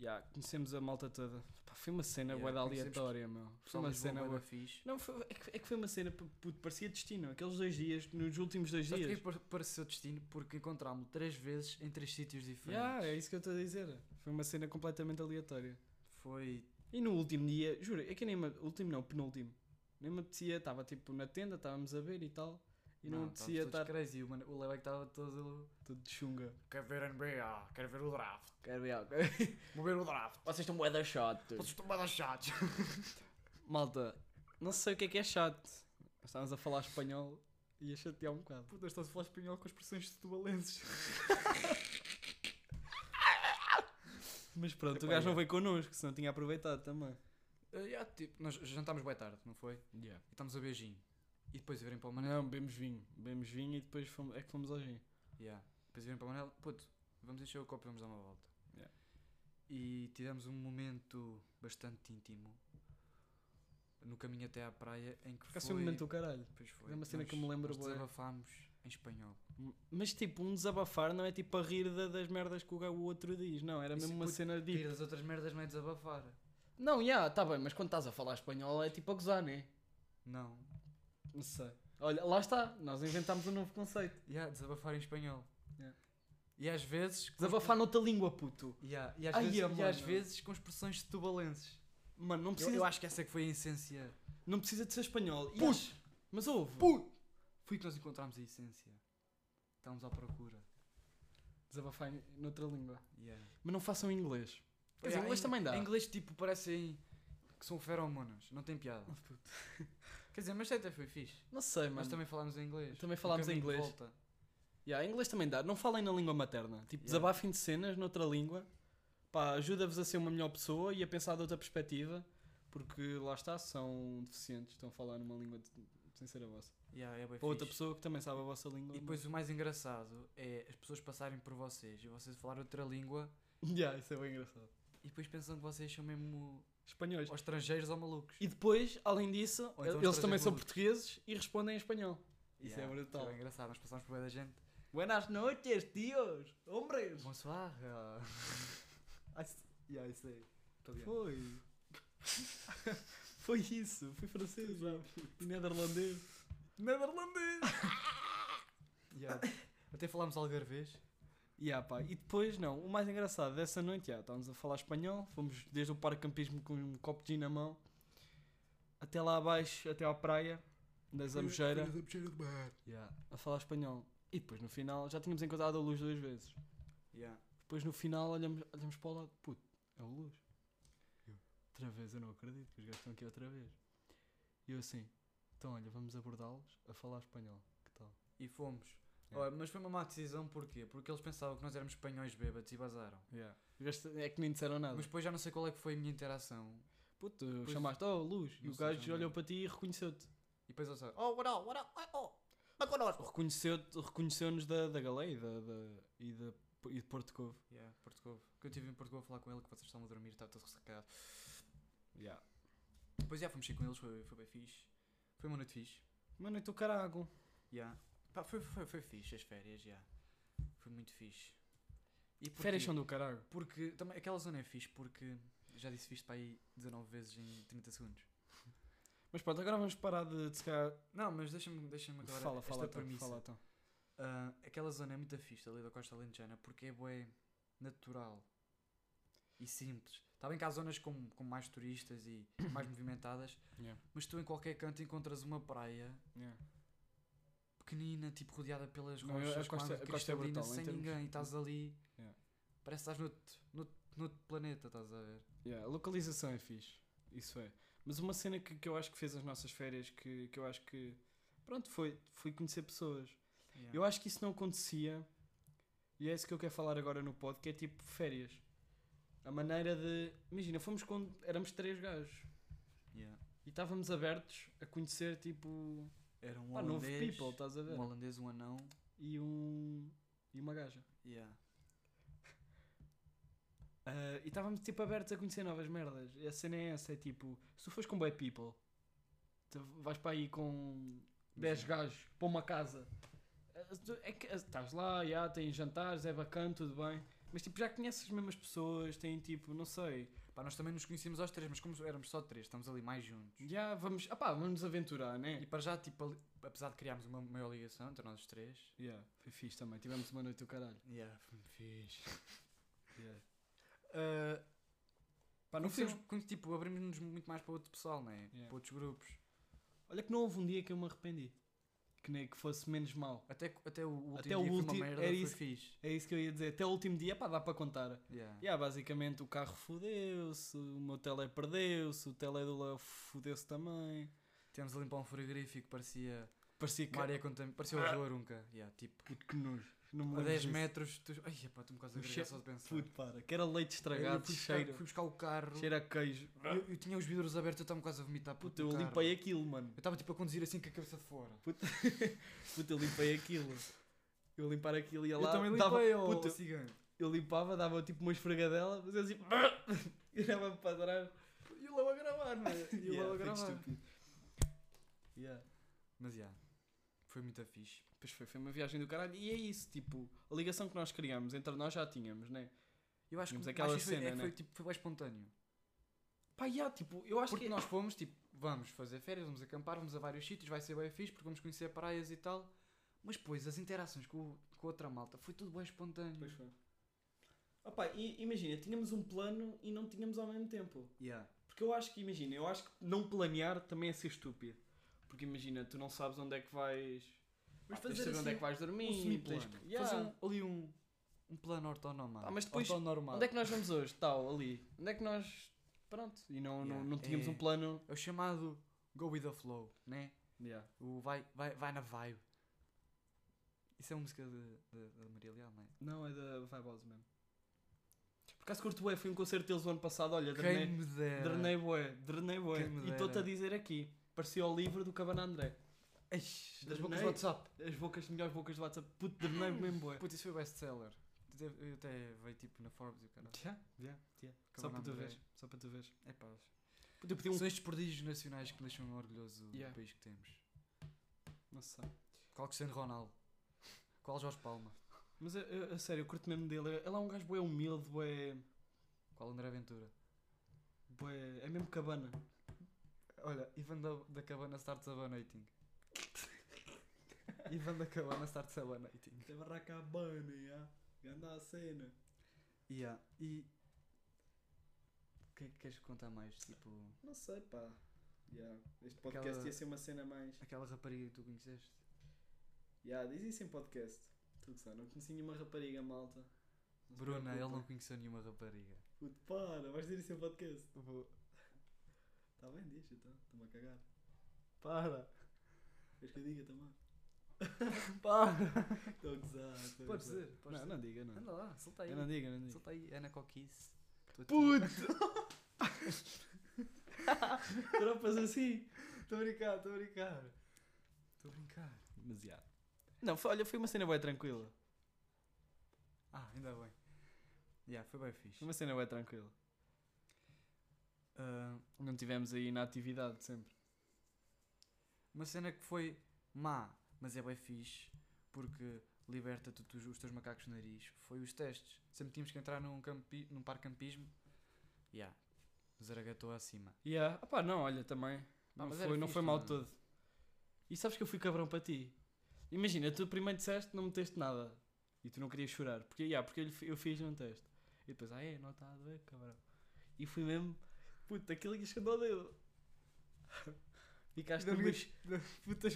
Speaker 2: Ya, conhecemos a malta toda. Pá, foi uma cena
Speaker 1: Ya,
Speaker 2: bué de
Speaker 1: conhecemos
Speaker 2: aleatória, meu. Foi
Speaker 1: Pessoal
Speaker 2: uma
Speaker 1: de Lisboa,
Speaker 2: cena
Speaker 1: bué da
Speaker 2: bué...
Speaker 1: fixe.
Speaker 2: Não, foi, é, que, é que foi uma cena, pu- puto, parecia destino. Aqueles dois dias, nos últimos dois
Speaker 1: Sabe
Speaker 2: dias.
Speaker 1: porquê par- pareceu destino? Porque encontrámo-lo três vezes em três sítios diferentes.
Speaker 2: Ya, é isso que eu estou a dizer. Foi uma cena completamente aleatória.
Speaker 1: Foi.
Speaker 2: E no último dia, juro, é que nem me, último não, penúltimo. Nem me apetecia, estava tipo na tenda, estávamos a ver e tal. E não,
Speaker 1: estávamos
Speaker 2: me apetecia
Speaker 1: todos
Speaker 2: estar
Speaker 1: crazy. O mano- o Leo é que estava todo.
Speaker 2: tudo de chunga.
Speaker 1: Quero ver NBA, quero ver o draft.
Speaker 2: Quero ver algo.
Speaker 1: Vou ver o draft.
Speaker 2: Vocês estão bué da chato.
Speaker 1: Vocês estão mais chatos.
Speaker 2: Malta, não sei o que é que é chato. Nós Estávamos a falar espanhol e a chatear um bocado.
Speaker 1: Puta, estás a falar espanhol com as expressões tubalenses.
Speaker 2: Mas pronto,
Speaker 1: Epá,
Speaker 2: o gajo
Speaker 1: já.
Speaker 2: não veio connosco, senão tinha aproveitado também.
Speaker 1: tipo, nós jantámos boa tarde, não foi? E estamos a beijinho. E depois virem para o Manel.
Speaker 2: Não, bebemos vinho. Bebemos vinho e depois fomos, é que fomos ao vinho.
Speaker 1: Yeah. Depois virem para o Manel. Puto, vamos encher o copo e vamos dar uma volta.
Speaker 2: Yeah.
Speaker 1: E tivemos um momento bastante íntimo no caminho até à praia em que foi...
Speaker 2: Porque foi um momento do caralho.
Speaker 1: Pois foi.
Speaker 2: É uma cena
Speaker 1: Nós-
Speaker 2: que eu me lembro
Speaker 1: nós
Speaker 2: bué.
Speaker 1: desabafámos em espanhol.
Speaker 2: Mas tipo, um desabafar não é tipo a rir da- das merdas que o ga- o outro diz, não. Era
Speaker 1: Isso,
Speaker 2: mesmo uma
Speaker 1: puto,
Speaker 2: cena
Speaker 1: Rir
Speaker 2: de.
Speaker 1: das outras merdas não é desabafar.
Speaker 2: Não, já, tá bem, mas quando estás a falar espanhol é tipo a gozar, né?
Speaker 1: Não.
Speaker 2: Não sei. Olha, lá está, nós inventámos um novo conceito.
Speaker 1: Yeah, desabafar em espanhol.
Speaker 2: Yeah.
Speaker 1: E às vezes.
Speaker 2: Desabafar noutra língua, puto.
Speaker 1: Yeah, e às,
Speaker 2: Ai,
Speaker 1: vezes,
Speaker 2: é,
Speaker 1: e às
Speaker 2: mano.
Speaker 1: vezes com expressões tubalenses.
Speaker 2: Mano, não
Speaker 1: Eu,
Speaker 2: precisa,
Speaker 1: eu acho que essa é que foi a essência.
Speaker 2: não precisa de ser espanhol. E
Speaker 1: Puto!
Speaker 2: acho- Mas houve.
Speaker 1: Foi que nós encontramos a essência. Estamos à procura.
Speaker 2: Desabafar em- noutra língua.
Speaker 1: Yeah.
Speaker 2: Mas não façam em inglês. Quer dizer,
Speaker 1: Yeah,
Speaker 2: inglês
Speaker 1: em-
Speaker 2: também dá.
Speaker 1: Em inglês, tipo, parecem que são feromonas. Não tem
Speaker 2: Oh,
Speaker 1: piada. Quer dizer, mas até foi fixe.
Speaker 2: Não sei,
Speaker 1: Nós
Speaker 2: mas também.
Speaker 1: também falámos em inglês.
Speaker 2: Também
Speaker 1: No
Speaker 2: falámos em
Speaker 1: caminho de
Speaker 2: inglês.
Speaker 1: volta.
Speaker 2: Yeah, inglês também dá. Não falem na língua materna.
Speaker 1: Yeah.
Speaker 2: Tipo, desabafem de cenas noutra língua. Pá, ajuda-vos a ser uma melhor pessoa e a pensar de outra perspectiva. Porque lá está, são deficientes. Estão a falar numa língua de- sem ser a vossa.
Speaker 1: Yeah, é bué
Speaker 2: Ou outra
Speaker 1: fixe.
Speaker 2: pessoa que também sabe a vossa língua.
Speaker 1: E depois o mais engraçado é as pessoas passarem por vocês e vocês falarem outra língua
Speaker 2: mas- Yeah, isso é bem engraçado.
Speaker 1: e depois pensam que vocês são mesmo
Speaker 2: Espanhóis.
Speaker 1: ou estrangeiros ou malucos.
Speaker 2: E depois, além disso,
Speaker 1: Ou então
Speaker 2: eles também
Speaker 1: estrangeiros
Speaker 2: são
Speaker 1: malucos.
Speaker 2: portugueses e respondem em espanhol. Isso é brutal.
Speaker 1: É engraçado, nós passámos por bué da gente.
Speaker 2: Buenas noches, tios! Hombres!
Speaker 1: Bonsoir. ah. I s- yeah, I say. Italiano.
Speaker 2: Foi. Foi isso. Foi francês, já. E Nederlandês. Nederlandês!
Speaker 1: Yeah. Até falámos algarvês.
Speaker 2: Yeah, pá. E depois, não, o mais engraçado dessa noite, yeah, estávamos a falar espanhol, fomos desde o parcampismo com um copo de gin na mão, até lá abaixo, até à praia, da Zamojeira,
Speaker 1: Yeah.
Speaker 2: a falar espanhol. E depois no final, já tínhamos encontrado a luz duas vezes.
Speaker 1: Yeah.
Speaker 2: Depois no final olhamos, olhamos para o lado, puto, é o Luz. Eu, outra vez eu não acredito que os gajos estão aqui outra vez. E eu assim, então olha, vamos abordá-los a falar espanhol. Que tal?
Speaker 1: E fomos.
Speaker 2: Yeah.
Speaker 1: Olha, mas foi uma má decisão porquê? Porque eles pensavam que nós éramos espanhóis bêbados e bazaram.
Speaker 2: Os gajos É que nem disseram nada.
Speaker 1: Mas depois já não sei qual é que foi a minha interação.
Speaker 2: puto, chamaste, oh Luz, e
Speaker 1: Não
Speaker 2: o
Speaker 1: sei
Speaker 2: gajo
Speaker 1: chamar.
Speaker 2: olhou para ti e reconheceu-te.
Speaker 1: E depois eles disseram, oh, what up, what up, oh, oh, connosco.
Speaker 2: Reconheceu-te- Reconheceu-nos da, da Galeia e, da, da- e, da, e de Porto Covo.
Speaker 1: Yeah, Porto Covo. Que eu estive em Porto Covo a falar com ele que vocês estão a dormir, estava todo ressacado. Depois já fomos sair com eles, foi, foi bem fixe. Foi uma noite fixe.
Speaker 2: Mano, e tu carago.
Speaker 1: Yeah. Pá, foi, foi, foi fixe as férias, já. Foi muito fixe. E porquê?
Speaker 2: Férias são do carago.
Speaker 1: Porque também, aquela zona é fixe porque já disse fixe para aí 19 vezes em 30 segundos.
Speaker 2: Mas pronto, agora vamos parar de, de se calhar.
Speaker 1: Não, mas deixa-me deixa agora
Speaker 2: Fala,
Speaker 1: esta
Speaker 2: fala, então,
Speaker 1: premissa.
Speaker 2: fala, então.
Speaker 1: Ah, aquela zona é muito fixe ali da Costa Alentejana porque é bué natural e simples. Está bem que há zonas com, com mais turistas e mais movimentadas,
Speaker 2: Yeah.
Speaker 1: mas tu em qualquer canto encontras uma praia pequenina, tipo rodeada pelas
Speaker 2: Não, eu- a
Speaker 1: rochas,
Speaker 2: costa-
Speaker 1: quase
Speaker 2: a costa é
Speaker 1: cristalina,
Speaker 2: brutal, em
Speaker 1: sem
Speaker 2: termos-
Speaker 1: ninguém, e estás ali,
Speaker 2: Yeah.
Speaker 1: parece que estás noutro, noutro, noutro planeta, estás a ver?
Speaker 2: Yeah, a localização é fixe, isso é. Mas uma cena que, que eu acho que fez as nossas férias, que, que eu acho que. Pronto, foi, foi conhecer pessoas. Eu acho que isso não acontecia, e é isso que eu quero falar agora no pod, que é tipo férias. A maneira de. Imagina, fomos quando éramos três gajos
Speaker 1: Yeah.
Speaker 2: e estávamos abertos a conhecer tipo.
Speaker 1: Era um
Speaker 2: Pá, novo
Speaker 1: holandês,
Speaker 2: people, estás a ver?
Speaker 1: um holandês, um anão,
Speaker 2: E um. E uma E estávamos tipo abertos a conhecer novas merdas. E a cena é essa, é tipo, se tu fores com bad people, tu vais para aí com 10 gajos para uma casa. É que estás lá, já, tem jantares, é bacana, tudo bem. Mas tipo, já conheces as mesmas pessoas, tem tipo, não sei.
Speaker 1: Pá, nós também nos conhecíamos aos três, mas como éramos só três, estamos ali mais juntos.
Speaker 2: Já vamos, ah pá, vamos nos aventurar, né?
Speaker 1: E para já, tipo, ali- apesar de criarmos uma maior ligação entre nós os três.
Speaker 2: Yeah, foi fixe também, tivemos uma noite do caralho.
Speaker 1: Yeah, foi fixe.
Speaker 2: Yeah.
Speaker 1: Ah,
Speaker 2: Pá, não
Speaker 1: conhecemos-
Speaker 2: fizemos...
Speaker 1: conhe- tipo, abrimos-nos muito mais para outro pessoal, né?
Speaker 2: Yeah.
Speaker 1: Para outros grupos.
Speaker 2: Olha que não houve um dia que eu me arrependi. Que nem que fosse menos mau.
Speaker 1: Até, co- até o último
Speaker 2: Até
Speaker 1: dia
Speaker 2: o
Speaker 1: foi
Speaker 2: último-
Speaker 1: uma merda,
Speaker 2: era
Speaker 1: foi
Speaker 2: isso-
Speaker 1: fixe.
Speaker 2: É isso que eu ia dizer, até o último dia, pá, dá para contar.
Speaker 1: Yeah.
Speaker 2: Yeah, basicamente o carro fodeu-se, o meu tele perdeu-se, o tele do Léo fodeu-se também.
Speaker 1: Temos a limpar um frigorífico, parecia
Speaker 2: Parecia que.
Speaker 1: uma área contaminada, parecia o
Speaker 2: Ah.
Speaker 1: Rio Arunca. Yeah, tipo,
Speaker 2: Puto, que nojo. Não me
Speaker 1: a
Speaker 2: lembro
Speaker 1: 10
Speaker 2: disso.
Speaker 1: metros, tu... Ai, epá, estou-me quase a
Speaker 2: O
Speaker 1: agregar
Speaker 2: cheiro-
Speaker 1: só de pensar.
Speaker 2: Puto, para. Que era leite
Speaker 1: eu
Speaker 2: estragado,
Speaker 1: fui buscar,
Speaker 2: cheiro.
Speaker 1: fui buscar o carro,
Speaker 2: Cheiro a queijo.
Speaker 1: eu, eu tinha os vidros abertos, eu estava quase a vomitar. puto,
Speaker 2: Puta,
Speaker 1: no
Speaker 2: eu
Speaker 1: carro.
Speaker 2: limpei aquilo, mano.
Speaker 1: Eu estava tipo a conduzir assim com a cabeça fora.
Speaker 2: Puta, Puta, eu limpei aquilo. Eu limpar aquilo ia lá.
Speaker 1: eu também
Speaker 2: dava-
Speaker 1: limpei, ó,
Speaker 2: puta,
Speaker 1: ó, cigano.
Speaker 2: eu limpava, dava tipo uma esfregadela, fazia assim. e dava para trás.
Speaker 1: E eu lá a gravar, não é? E eu lá
Speaker 2: Yeah,
Speaker 1: a
Speaker 2: foi
Speaker 1: gravar.
Speaker 2: estúpido. Yeah.
Speaker 1: Mas já, foi muito fixe.
Speaker 2: Pois foi, foi uma viagem do caralho. E é isso, tipo, a ligação que nós criamos entre nós já tínhamos, né?
Speaker 1: Eu acho
Speaker 2: Tínhamos
Speaker 1: que
Speaker 2: aquela
Speaker 1: acho que isso foi-
Speaker 2: cena,
Speaker 1: é que
Speaker 2: né?
Speaker 1: foi, tipo, foi bem espontâneo.
Speaker 2: Pá, já, tipo, eu acho
Speaker 1: Porque
Speaker 2: que.
Speaker 1: nós fomos, tipo, vamos fazer férias, vamos acampar, vamos a vários sítios, vai ser bem fixe, porque vamos conhecer praias e tal. Mas depois, as interações com, o- com a outra malta, foi tudo bem espontâneo.
Speaker 2: Pois foi. Opa, e, Ah, imagina, tínhamos um plano e não tínhamos ao mesmo tempo.
Speaker 1: Yeah.
Speaker 2: Porque eu acho que, imagina, eu acho que não planear também é ser estúpido. Porque imagina, tu não sabes onde é que vais.
Speaker 1: Mas
Speaker 2: Ah, tens de
Speaker 1: fazer
Speaker 2: saber onde é
Speaker 1: assim,
Speaker 2: que vais dormir.
Speaker 1: Um semiplano.
Speaker 2: tens que-
Speaker 1: Fazer
Speaker 2: tipo, Yeah.
Speaker 1: um- ali um, um plano ortonormal.
Speaker 2: Ah, mas depois,
Speaker 1: Ortonormal.
Speaker 2: Onde é que nós vamos hoje? Tal, ali. Onde é que nós. Pronto. E não, não,
Speaker 1: Yeah,
Speaker 2: não tínhamos
Speaker 1: é-
Speaker 2: um plano.
Speaker 1: É o chamado go with the flow, né?
Speaker 2: Yeah.
Speaker 1: O vai, vai, vai na vibe. Isso é uma música de, de, da Maria Leal, não é?
Speaker 2: Não, é da Vibose mesmo. Por acaso curto bué, fui a um concerto deles o ano passado, olha, drenei,
Speaker 1: Quem me dera.
Speaker 2: drenei bué, drenei bué.
Speaker 1: Quem me
Speaker 2: E estou-te a
Speaker 1: dera.
Speaker 2: dizer aqui, parecia o livro do Cabana André.
Speaker 1: Eish, das
Speaker 2: Drenei.
Speaker 1: bocas do WhatsApp.
Speaker 2: As bocas, melhores bocas do WhatsApp, puto, drenei mesmo bué.
Speaker 1: Putz, isso foi best-seller. Eu até veio tipo na Forbes e o caralho.
Speaker 2: Já, já, já. Só
Speaker 1: Cabana
Speaker 2: para tu
Speaker 1: André.
Speaker 2: veres, só para tu veres.
Speaker 1: É pá,
Speaker 2: Puto, eu pedi um...
Speaker 1: São estes prodígios nacionais que me deixam orgulhoso
Speaker 2: Yeah.
Speaker 1: do país que temos.
Speaker 2: Não sei.
Speaker 1: Qual Cristiano Ronaldo? Qual Jorge Palma?
Speaker 2: Mas eu- eu- a sério, eu curto mesmo dele. Ele é um gajo bué humilde, bué...
Speaker 1: Qual André Ventura?
Speaker 2: bué... É mesmo Cabana.
Speaker 1: Olha, Ivan da, da Cabana starts abanating. Ivan da Cabana starts abanating.
Speaker 2: Tem barraca Cabana, já. Ganda a cena.
Speaker 1: Yeah. E. O que é que queres contar mais? Tipo,
Speaker 2: Não sei, pá. Yeah. Este
Speaker 1: podcast Aquela- ia ser
Speaker 2: uma cena mais...
Speaker 1: aquela rapariga que tu conheceste?
Speaker 2: Ya, diz isso em podcast. Tu que sabe, não conheci nenhuma rapariga malta. Não se
Speaker 1: Bruna, ele não
Speaker 2: preocupem.
Speaker 1: conheceu nenhuma rapariga.
Speaker 2: Puto, para, vais dizer isso em podcast.
Speaker 1: Vou-
Speaker 2: Está bem, diz então, estou-me a cagar. Para. Queres que eu diga também? para. Estou a gozar. estou a
Speaker 1: Podes
Speaker 2: gozar.
Speaker 1: dizer, podes dizer.
Speaker 2: não, não diga, não.
Speaker 1: Anda lá, solta aí.
Speaker 2: Eu não digo, não digo.
Speaker 1: Solta aí, Ana Coquice. Estou aqui.
Speaker 2: Puto! Tropas assim.
Speaker 1: Estou a brincar, estou a brincar. Estou a brincar.
Speaker 2: Mas já. Não, foi- olha, foi uma cena bem tranquila.
Speaker 1: Ah, ainda bem. Yeah, foi bem fixe.
Speaker 2: Foi uma cena bem tranquila.
Speaker 1: Ah,
Speaker 2: Não tivemos aí na atividade sempre.
Speaker 1: uma cena que foi má, mas é bem fixe, porque liberta-te tu- os teus macacos de nariz, foi os testes. Sempre tínhamos que entrar num, campi, num parque de campismo. Yeah. Zaragatou acima.
Speaker 2: Yeah. Ah pá, não, olha, também.
Speaker 1: Pá,
Speaker 2: não,
Speaker 1: mas
Speaker 2: foi,
Speaker 1: era
Speaker 2: não
Speaker 1: fixe, é?
Speaker 2: foi mal
Speaker 1: mano.
Speaker 2: todo. E sabes que eu fui cabrão para ti. Imagina, tu primeiro disseste, não meteste nada. E tu não querias chorar. Porque, yeah, porque eu, lhe fi- eu fiz um teste. E depois, ah é, não está a doer, cabrão. E fui mesmo, puta, aquilo que chegou ao dedo. Ficaste
Speaker 1: Não
Speaker 2: mesmo a
Speaker 1: vi-
Speaker 2: ch-
Speaker 1: Putas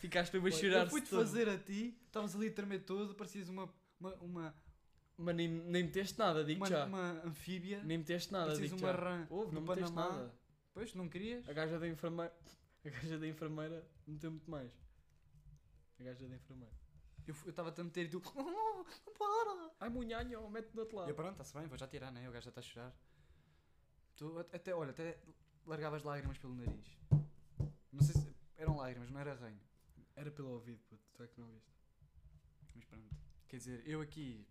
Speaker 2: ficaste mesmo a chorar.
Speaker 1: Eu fui-te fazer a ti, estavas ali a tremer todo, parecias uma, uma, uma,
Speaker 2: Mas nem, nem meteste nada, digo
Speaker 1: uma,
Speaker 2: já.
Speaker 1: uma anfíbia.
Speaker 2: Nem meteste nada,
Speaker 1: Parecias
Speaker 2: digo
Speaker 1: uma
Speaker 2: já.
Speaker 1: rã
Speaker 2: Houve,
Speaker 1: no
Speaker 2: não meteste
Speaker 1: Panamá.
Speaker 2: nada.
Speaker 1: Pois, não querias?
Speaker 2: A gaja da enfermeira. A gaja da enfermeira meteu muito mais. A gaja da enfermeira.
Speaker 1: Eu fu- eu estava-te a meter e tu... "Oh, para!
Speaker 2: Ai, munhanho, mete do outro
Speaker 1: E eu,
Speaker 2: lado.
Speaker 1: pronto, está-se bem, vou já tirar, né? O gajo já está a chorar. Tu at- até, olha, até largavas lágrimas pelo nariz. Não sei se eram lágrimas, não era reino.
Speaker 2: Era pelo ouvido, puto, tu é que não viste.
Speaker 1: Mas pronto. Quer dizer, eu aqui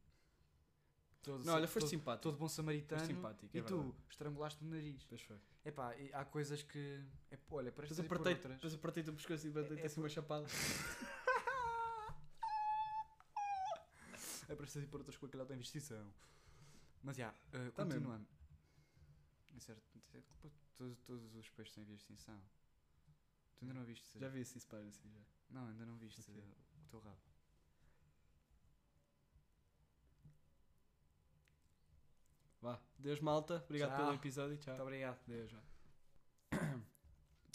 Speaker 1: Todo,
Speaker 2: Não, olha,
Speaker 1: todo,
Speaker 2: foste simpático.
Speaker 1: todo bom
Speaker 2: foste
Speaker 1: samaritano.
Speaker 2: simpático, é
Speaker 1: e tu
Speaker 2: verdade.
Speaker 1: estrangulaste o nariz.
Speaker 2: Pois foi.
Speaker 1: Epá, e há coisas que. É, olha, parece
Speaker 2: Depois
Speaker 1: que
Speaker 2: eu
Speaker 1: por
Speaker 2: partei,
Speaker 1: outras.
Speaker 2: depois eu partei-te o pescoço e
Speaker 1: É-
Speaker 2: bati-te
Speaker 1: é
Speaker 2: assim uma chapada.
Speaker 1: É preciso ir por outras com aquela da investigação. Mas já, eh,
Speaker 2: Tá mesmo.
Speaker 1: continuando. É certo, é certo, pô, todos, todos os peixes têm via extinção. Tu ainda não viste.
Speaker 2: Já vi esse espalho assim, já.
Speaker 1: Não, ainda não viste
Speaker 2: Ok.
Speaker 1: eh, o teu rabo.
Speaker 2: Vá. Deus, malta. Obrigado
Speaker 1: Tchau. Tá
Speaker 2: pelo episódio. Tchau.
Speaker 1: Muito obrigado.
Speaker 2: Deus, vá.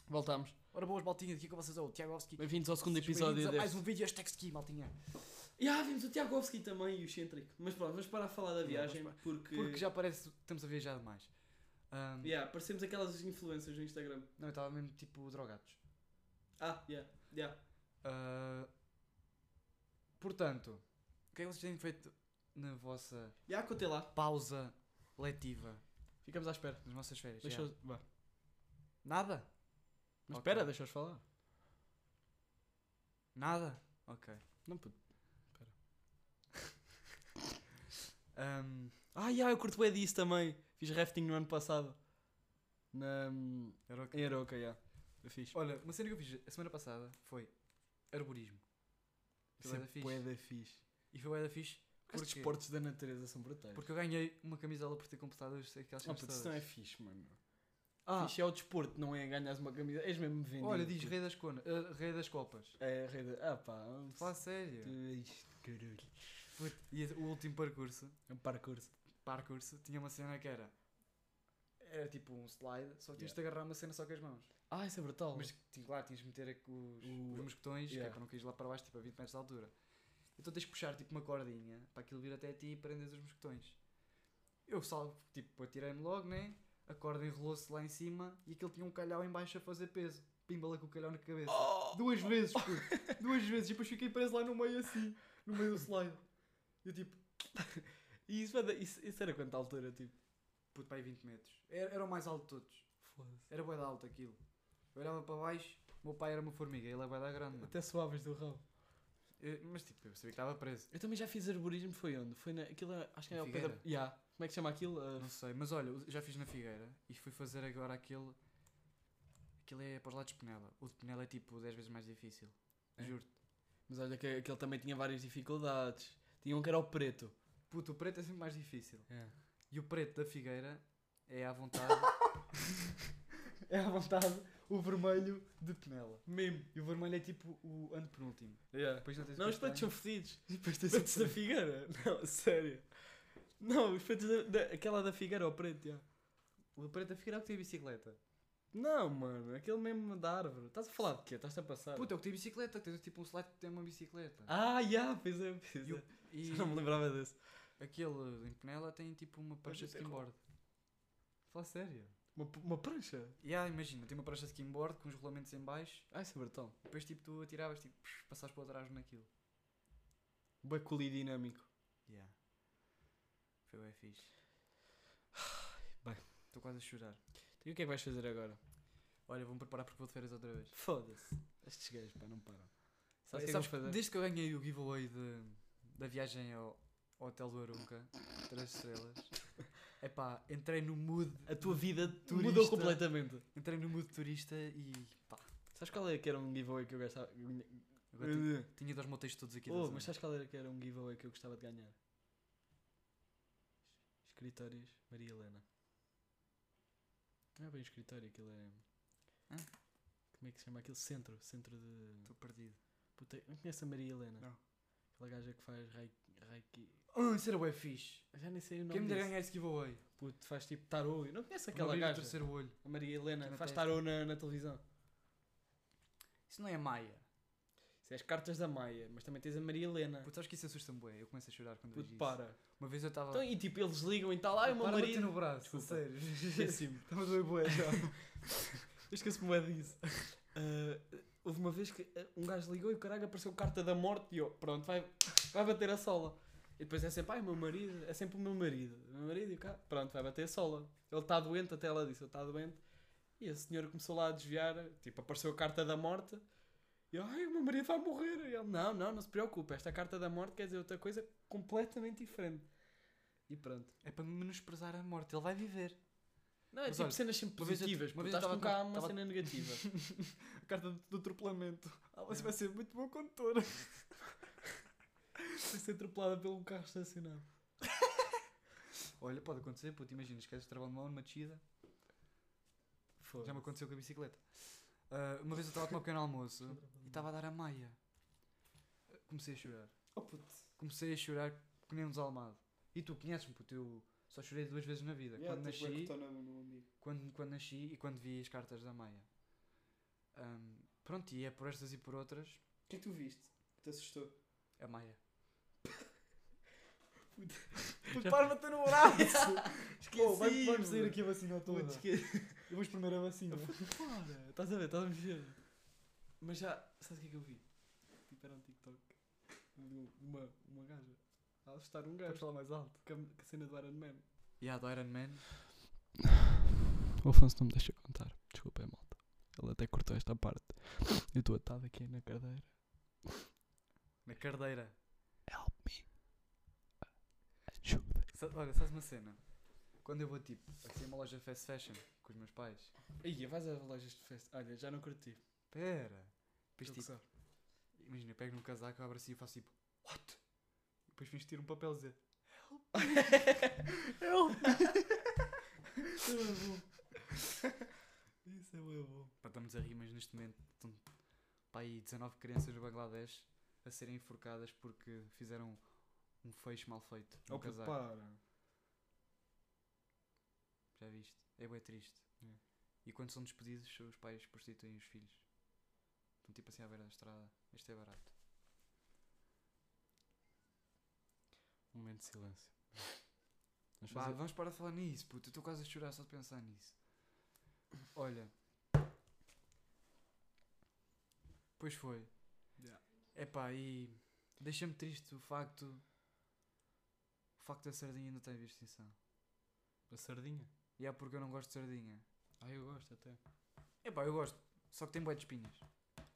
Speaker 2: Voltámos.
Speaker 1: Ora, boas, maltinha, aqui com vocês é o Tiago Ovski.
Speaker 2: Bem-vindos ao segundo
Speaker 1: Sejam
Speaker 2: episódio
Speaker 1: bem-vindos a
Speaker 2: deste.
Speaker 1: Mais um vídeo, hashtag ski, maltinha.
Speaker 2: Já vimos o Tiagovski também e o Centric. Mas pronto, vamos parar a falar da
Speaker 1: Yeah,
Speaker 2: viagem
Speaker 1: vamos
Speaker 2: porque.
Speaker 1: Porque já parece que estamos a viajar demais. Ahm,
Speaker 2: Yeah, parecemos aquelas influencers no Instagram.
Speaker 1: Não, eu estava mesmo tipo drogados.
Speaker 2: Ah, yeah, yeah.
Speaker 1: Ah, portanto, o que é que vocês têm feito na vossa
Speaker 2: Yeah, contei lá.
Speaker 1: pausa letiva?
Speaker 2: Ficamos à espera.
Speaker 1: Nas nossas férias.
Speaker 2: Deixa
Speaker 1: já.
Speaker 2: os- vá.
Speaker 1: Nada?
Speaker 2: Mas
Speaker 1: Ok.
Speaker 2: espera, deixa-os falar.
Speaker 1: Nada? Ok.
Speaker 2: Não pude.
Speaker 1: Ahm,
Speaker 2: Ah, yeah, eu curto bem disso também. Fiz rafting no ano passado. Na. hum,
Speaker 1: era o que-
Speaker 2: Em Aroca, yeah. Eu fiz.
Speaker 1: Olha, uma cena que eu fiz a semana passada foi arborismo. Foi bué da fixe.
Speaker 2: Poeda é fixe.
Speaker 1: E foi bué da fixe
Speaker 2: Os
Speaker 1: Porquê?
Speaker 2: desportos da natureza são brutais.
Speaker 1: porque eu ganhei uma camisola por ter completado os- aquelas
Speaker 2: Oh,
Speaker 1: cenas
Speaker 2: puto, isso
Speaker 1: todas.
Speaker 2: não é fixe, mano.
Speaker 1: Ah,
Speaker 2: Fixe é o desporto, não é ganhares uma camisa. És mesmo vendido.
Speaker 1: olha, diz
Speaker 2: puto.
Speaker 1: rei das, cona, ah, rei das copas.
Speaker 2: É, rei da. Ah, pá. um-
Speaker 1: Fala sério.
Speaker 2: Ai, Caralho.
Speaker 1: Puto, E o último percurso
Speaker 2: É um parkour.
Speaker 1: percurso tinha uma cena que era. Era tipo um slide, só tinhas
Speaker 2: Yeah.
Speaker 1: de agarrar uma cena só com as mãos.
Speaker 2: Ah, isso é brutal.
Speaker 1: Mas tinha- claro, tinhas de meter aqui os,
Speaker 2: O-
Speaker 1: os mosquetões, que é
Speaker 2: yeah.
Speaker 1: para não cair lá para baixo, tipo a 20 metros de altura. Então tens de puxar tipo uma cordinha para aquilo vir até ti e prendes os mosquetões. Eu salvo, tipo, atirei-me logo, né? A corda enrolou-se lá em cima e aquilo tinha um calhau em baixo a fazer peso. Pimbala com o calhau na cabeça.
Speaker 2: Oh!
Speaker 1: Duas vezes, puto. Duas vezes. E depois fiquei preso lá no meio assim, no meio do slide. Eu tipo,
Speaker 2: E isso, vai da- isso, isso era quanta altura, tipo?
Speaker 1: puto, para aí 20 metros. Era, era o mais alto de todos.
Speaker 2: Foda-se.
Speaker 1: Era bué de alto aquilo. Eu olhava para baixo, o meu pai era uma formiga, ele é bué da grande. mano.
Speaker 2: Até suaves do rabo.
Speaker 1: Eu- mas tipo, eu sabia que estava preso.
Speaker 2: Eu também já fiz arborismo, foi onde? Foi na. Aquilo, era- acho que
Speaker 1: Em
Speaker 2: era ao pé da.
Speaker 1: Figueira?
Speaker 2: Yeah. Como é que chama aquilo? Ah,
Speaker 1: Não sei, mas olha, eu já fiz na Figueira e fui fazer agora aquele. Aquele é para os lados de Penela. O de Penela é tipo 10 vezes mais difícil.
Speaker 2: É?
Speaker 1: Juro-te.
Speaker 2: Mas olha que aquele também tinha várias dificuldades. Tinha um que era o preto.
Speaker 1: Puto, o preto é sempre mais difícil.
Speaker 2: É.
Speaker 1: E o preto da Figueira é à vontade. é à vontade o vermelho de Penela.
Speaker 2: Mesmo.
Speaker 1: E o vermelho é tipo o antepenúltimo. Depois não tens o
Speaker 2: Não, os pretos são
Speaker 1: castanho.
Speaker 2: fedidos.
Speaker 1: Depois
Speaker 2: Os
Speaker 1: tens o
Speaker 2: pretos da Figueira. Não, sério. Não, os pretos da, da- Aquela da Figueira ao preto, já.
Speaker 1: O preto da Figueira é o que tem a bicicleta.
Speaker 2: Não, mano. Aquele mesmo da árvore. Estás a falar de quê? Estás-te a passar?
Speaker 1: Puta, é o que tem bicicleta, tens tipo um slide que tem uma bicicleta.
Speaker 2: Ah, já, pois é, pois
Speaker 1: E o-
Speaker 2: é.
Speaker 1: E
Speaker 2: Já não me lembrava desse.
Speaker 1: aquele em Penela tem tipo uma prancha de
Speaker 2: ter roupa.
Speaker 1: skimboard. Fala sério.
Speaker 2: Uma, uma prancha?
Speaker 1: E ah, imagina, tem uma prancha de skimboard com os rolamentos em baixo,
Speaker 2: Ah, isso é brutal.
Speaker 1: e depois tipo tu atiravas, tipo, psh, passavas para trás naquilo.
Speaker 2: Baculi dinâmico.
Speaker 1: Yeah. Foi bem fixe.
Speaker 2: Bem.
Speaker 1: Estou quase a chorar.
Speaker 2: E o que é que vais fazer agora?
Speaker 1: Olha, vou-me preparar porque vou de férias outra vez.
Speaker 2: Foda-se. Estes gajos, pá, não param. Sabes o que é
Speaker 1: Sabes
Speaker 2: que vamos fazer?
Speaker 1: Desde que eu ganhei o giveaway de, da viagem ao, ao Hotel do Arunca, 3 estrelas, epá, entrei no mood,
Speaker 2: A tua vida mudou
Speaker 1: Turista.
Speaker 2: completamente.
Speaker 1: entrei no mood turista e pá,
Speaker 2: Sabes qual era que era um giveaway que eu gastava?
Speaker 1: agora tenho- Tinha dois motéis todos aqui da
Speaker 2: Oh,
Speaker 1: zona.
Speaker 2: mas sabes qual era que era um giveaway que eu gostava de ganhar? Escritórios Maria Helena. Não é bem um escritório, aquilo é.
Speaker 1: Hã?
Speaker 2: Como é que se chama? Aquele centro. Centro de.
Speaker 1: Estou perdido.
Speaker 2: Puta, não conhece a Maria Helena?
Speaker 1: Não.
Speaker 2: Aquela gaja que faz reiki. reiki-
Speaker 1: Ah, isso era bué fixe.
Speaker 2: Eu Já nem sei o nome
Speaker 1: Quem me der
Speaker 2: disso.
Speaker 1: ganhar esse giveaway?
Speaker 2: Puto, faz tipo tarô. Eu não conheço
Speaker 1: Aquela
Speaker 2: aquela
Speaker 1: abrir o
Speaker 2: gaja.
Speaker 1: terceiro olho.
Speaker 2: A Maria
Speaker 1: Aqui
Speaker 2: Helena
Speaker 1: na
Speaker 2: faz
Speaker 1: testa.
Speaker 2: tarô na, na televisão.
Speaker 1: Isso não é Maia.
Speaker 2: Isso é as cartas da Maia, mas também tens a Maria Helena.
Speaker 1: Ah. Puto, sabes que isso assusta-me bué. Eu começo a chorar quando vejo
Speaker 2: Puto,
Speaker 1: isso.
Speaker 2: para.
Speaker 1: Uma vez eu estava...
Speaker 2: Então, e tipo, eles ligam e tal. Ai, o meu
Speaker 1: Para, bati
Speaker 2: marido. É assim.
Speaker 1: no braço.
Speaker 2: Desculpa.
Speaker 1: Sério.
Speaker 2: Esqueci-me.
Speaker 1: Estava a doer bué já.
Speaker 2: Esqueci-me bué disso. Ah, houve uma vez que ah, um gajo ligou e o caralho apareceu carta da morte e eu, pronto, vai, vai bater a sola. E depois é sempre, ai, o meu marido, é sempre o meu marido. O meu marido e o cara, pronto, vai bater a sola. Ele está doente, até ela disse, ele está doente. E a senhora começou lá a desviar, tipo, apareceu a carta da morte. E eu, ai, o meu marido vai morrer. E ele, não, não, não se preocupe, esta carta da morte quer dizer outra coisa completamente diferente. E pronto.
Speaker 1: É para menosprezar a morte. Ele vai viver.
Speaker 2: Não, é
Speaker 1: Mas
Speaker 2: tipo
Speaker 1: olha,
Speaker 2: cenas sempre
Speaker 1: uma vez eu-
Speaker 2: positivas.
Speaker 1: uma
Speaker 2: porque
Speaker 1: vez eu
Speaker 2: estás com
Speaker 1: tava-
Speaker 2: cá uma
Speaker 1: tava-
Speaker 2: cena negativa. É.
Speaker 1: A carta do atropelamento. Ah,
Speaker 2: você
Speaker 1: você vai
Speaker 2: vai
Speaker 1: ser muito bom condutor.
Speaker 2: Foi ser atropelada pelo carro estacionado.
Speaker 1: Olha, pode acontecer, puto. Imagina, esqueces de trabalho de mão numa descida.
Speaker 2: Foi.
Speaker 1: Já me aconteceu com a bicicleta. Ah, uma vez eu estava a tomar um pequeno almoço e estava a dar a maia. Comecei a chorar.
Speaker 2: Oh puto.
Speaker 1: Comecei a chorar que nem um desalmado. E tu conheces-me, puto. Eu só chorei duas vezes na vida. quando
Speaker 2: tipo, é
Speaker 1: nasci... quando, quando nasci e quando vi as cartas da Maia. Ahm, pronto, e é por estas e por outras,
Speaker 2: O que é que tu viste? Te assustou?
Speaker 1: a Maia.
Speaker 2: Para-me no braço!
Speaker 1: Esqueci-me.
Speaker 2: Vamos sair aqui a vacina toda.
Speaker 1: Puto,
Speaker 2: Eu vou exprimir a vacina. Fora! Estás a ver, estás a mexer. Mas já, sabes o que é que eu vi? Tipo, era um TikTok de uma, uma gaja a assustar um gajo
Speaker 1: falar mais alto.
Speaker 2: com a, com a cena do Iron Man.
Speaker 1: E a do Iron Man.
Speaker 2: O Afonso não me deixa contar. Desculpa, é malta. Ele até cortou esta parte. Eu estou atado aqui na cadeira.
Speaker 1: Na cardeira.
Speaker 2: Help me. Ajuda.
Speaker 1: Sa- Olha, sabes uma cena? Quando eu vou tipo, assim a uma loja fast fashion com os meus pais.
Speaker 2: Ia, vais a lojas de festa. Olha, já não curti.
Speaker 1: Pera. Depois,
Speaker 2: Estou
Speaker 1: tipo,
Speaker 2: a gozar.
Speaker 1: imagina, eu pego num casaco, abro assim e faço tipo, what? E depois fins tirar um papel e dizer,
Speaker 2: Isso é bué bom. Isso é bué bom.
Speaker 1: Pá, estamos a rir, mas neste momento estão pá, aí 19 crianças no Bangladesh a serem enforcadas porque fizeram um fecho mal feito. Um
Speaker 2: Oh, puto,
Speaker 1: casaco.
Speaker 2: para.
Speaker 1: Já viste? É bem triste.
Speaker 2: É.
Speaker 1: E quando são despedidos, os pais prostituem os filhos. Estão tipo assim à beira da estrada. Este é barato.
Speaker 2: Um momento de silêncio. Vamos
Speaker 1: Bah,
Speaker 2: fazer...
Speaker 1: vamos parar de falar nisso, puto. Eu estou quase a chorar só de pensar nisso. Olha. Pois foi.
Speaker 2: Yeah.
Speaker 1: É pá, e deixa-me triste o facto. O facto da sardinha ainda ter extinção.
Speaker 2: A sardinha?
Speaker 1: E é porque eu não gosto de sardinha.
Speaker 2: Ah, eu gosto até.
Speaker 1: É pá, eu gosto. Só que tem bué de espinhas.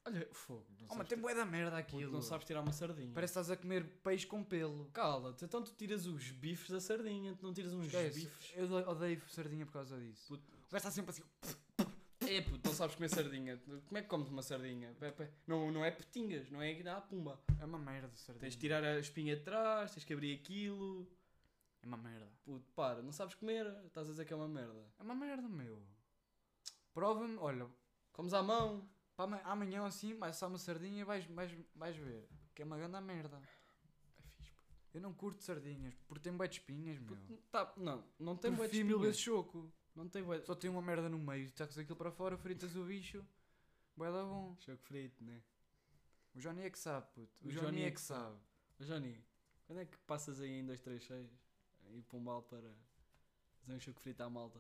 Speaker 2: Olha, fogo. Não,
Speaker 1: Oh, mas
Speaker 2: sabes,
Speaker 1: tem bué da merda
Speaker 2: puto,
Speaker 1: aquilo.
Speaker 2: não sabes tirar uma sardinha.
Speaker 1: Parece que estás a comer peixe com pelo.
Speaker 2: Cala-te, então tu tiras os bifes da sardinha, tu não tiras uns
Speaker 1: Esquece.
Speaker 2: bifes.
Speaker 1: Eu odeio- odeio sardinha por causa disso.
Speaker 2: Puto.
Speaker 1: O gajo está sempre assim.
Speaker 2: É, puto, não sabes comer sardinha. Tu- Como é que comes uma sardinha? Pe- pe- Não, não é petingas, não é ah, pumba.
Speaker 1: É uma merda, sardinha.
Speaker 2: Tens tipo de tirar a espinha de trás, tens que abrir aquilo.
Speaker 1: É uma merda.
Speaker 2: Puto, para, não sabes comer, estás a dizer que é uma merda.
Speaker 1: É uma merda, meu. Prova-me, olha,
Speaker 2: Comes à mão.
Speaker 1: para ama- amanhã assim, vai só uma sardinha e vais, vais, vais ver. Que é uma grande merda. É Eu não curto sardinhas, porque tem bué de espinhas, meu.
Speaker 2: Puto, tá, não, não tem bué de
Speaker 1: Prefiro mil
Speaker 2: espinha.
Speaker 1: vezes choco.
Speaker 2: Não tem bué de...
Speaker 1: Só tem uma merda no meio, tacas aquilo para fora, fritas o bicho. Bué da bom.
Speaker 2: Choco frito, né?
Speaker 1: O Johnny é que sabe, puto. O,
Speaker 2: O
Speaker 1: Johnny,
Speaker 2: Johnny
Speaker 1: é que sabe.
Speaker 2: Ô, Johnny, quando é que passas aí em 236 e Pombal para fazer um choco frito à malta?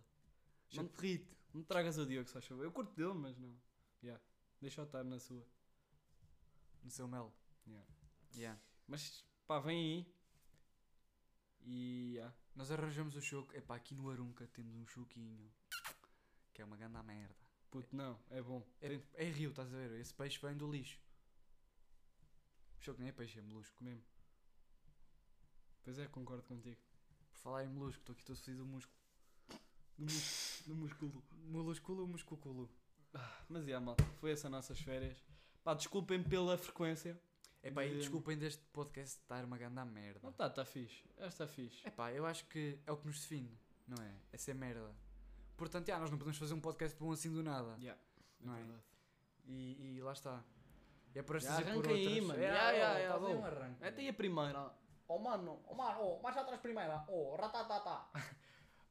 Speaker 2: Não-
Speaker 1: Choco frito.
Speaker 2: Não me tragas o Diogo, só chover. Eu curto dele, mas não. Yeah. Deixa-o estar na sua.
Speaker 1: No seu mel.
Speaker 2: Yeah.
Speaker 1: Yeah.
Speaker 2: Mas pá, vem aí. E yeah.
Speaker 1: Nós arranjamos o choco. Epá, aqui no Arunca temos um choquinho. Que é uma ganda merda.
Speaker 2: puto, não, é bom.
Speaker 1: É, é rio, estás a ver? Esse peixe vem do lixo. O choco nem é peixe, é molusco.
Speaker 2: Mesmo. Pois é, concordo contigo.
Speaker 1: Por falar em molusco, estou aqui todo fodido do músculo.
Speaker 2: No, mus- no músculo.
Speaker 1: Molusculo ou muscuculo?
Speaker 2: Mas yeah, malta, foi essa nossas férias. Pá, desculpem pela frequência.
Speaker 1: Epá, e
Speaker 2: De-
Speaker 1: desculpem deste podcast estar uma ganda
Speaker 2: Não
Speaker 1: merda.
Speaker 2: está, está fixe. Esta está fixe.
Speaker 1: Epá, eu acho que é o que nos define, não é? Essa é merda. Portanto, já, nós não podemos fazer um podcast bom assim do nada.
Speaker 2: Yeah.
Speaker 1: Não é?
Speaker 2: verdade.
Speaker 1: E, e lá está. E é por estas
Speaker 2: Já
Speaker 1: e por
Speaker 2: arranca aí,
Speaker 1: outras. É,
Speaker 2: mano. Já,
Speaker 1: é,
Speaker 2: já,
Speaker 1: é, Ah,
Speaker 2: já,
Speaker 1: tá
Speaker 2: bom.
Speaker 1: bom, arranca.
Speaker 2: Até aí a primeira.
Speaker 3: Oh mano, oh mano, oh, marcha atrás primeira, oh, ratatata.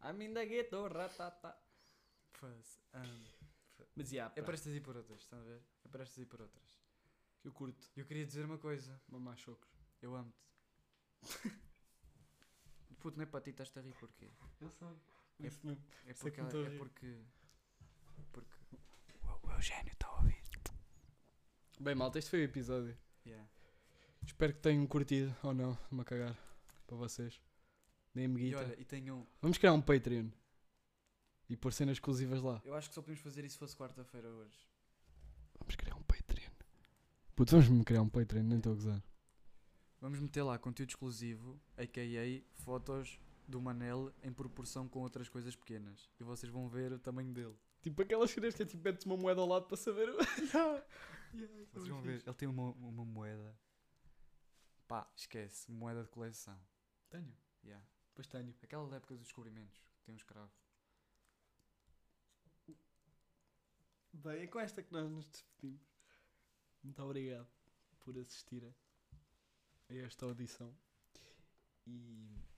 Speaker 2: I'm in the ghetto, ratata.
Speaker 1: Foda-se. Ahm.
Speaker 2: Mas yeah,
Speaker 1: É
Speaker 2: pá,
Speaker 1: para estas e por outras, estão a ver? É para estas e por outras.
Speaker 2: eu curto
Speaker 1: Eu queria dizer uma coisa.
Speaker 2: mamar chocos.
Speaker 1: Eu amo-te. Puto, não é para ti, estás-te a rir porquê?
Speaker 2: Eu sei.
Speaker 1: É-
Speaker 2: Isso mesmo.
Speaker 1: É
Speaker 2: Sei
Speaker 1: porque.
Speaker 2: que me estou a
Speaker 1: ela- É
Speaker 2: rir.
Speaker 1: porque. Porque. O, o Eugênio está a ouvir.
Speaker 2: Bem, malta, este foi o episódio.
Speaker 1: Yeah.
Speaker 2: Espero que tenham curtido ou não. Uma cagar para vocês. Deem-me
Speaker 1: E
Speaker 2: guita.
Speaker 1: olha, e tenham.
Speaker 2: Vamos criar um Patreon e pôr cenas exclusivas lá.
Speaker 1: Eu acho que só podemos fazer isso se fosse quarta-feira hoje.
Speaker 2: Vamos criar um Patreon. Putz, vamos-me criar um Patreon, nem estou a gozar.
Speaker 1: Vamos meter lá conteúdo exclusivo, a.k.a. fotos do Manel em proporção com outras coisas pequenas. E vocês vão ver o tamanho dele.
Speaker 2: Tipo aquelas cenas que é tipo, metes uma moeda ao lado para saber. o-
Speaker 1: Vocês vão ver. Ele tem uma, uma moeda. Pá, esquece. Moeda de coleção.
Speaker 2: Tenho.
Speaker 1: Yeah.
Speaker 2: Pois tenho.
Speaker 1: Aquela da época dos descobrimentos. que Tem um escravo.
Speaker 2: Bem, é com esta que nós nos despedimos. Muito obrigado por assistirem a esta audição. E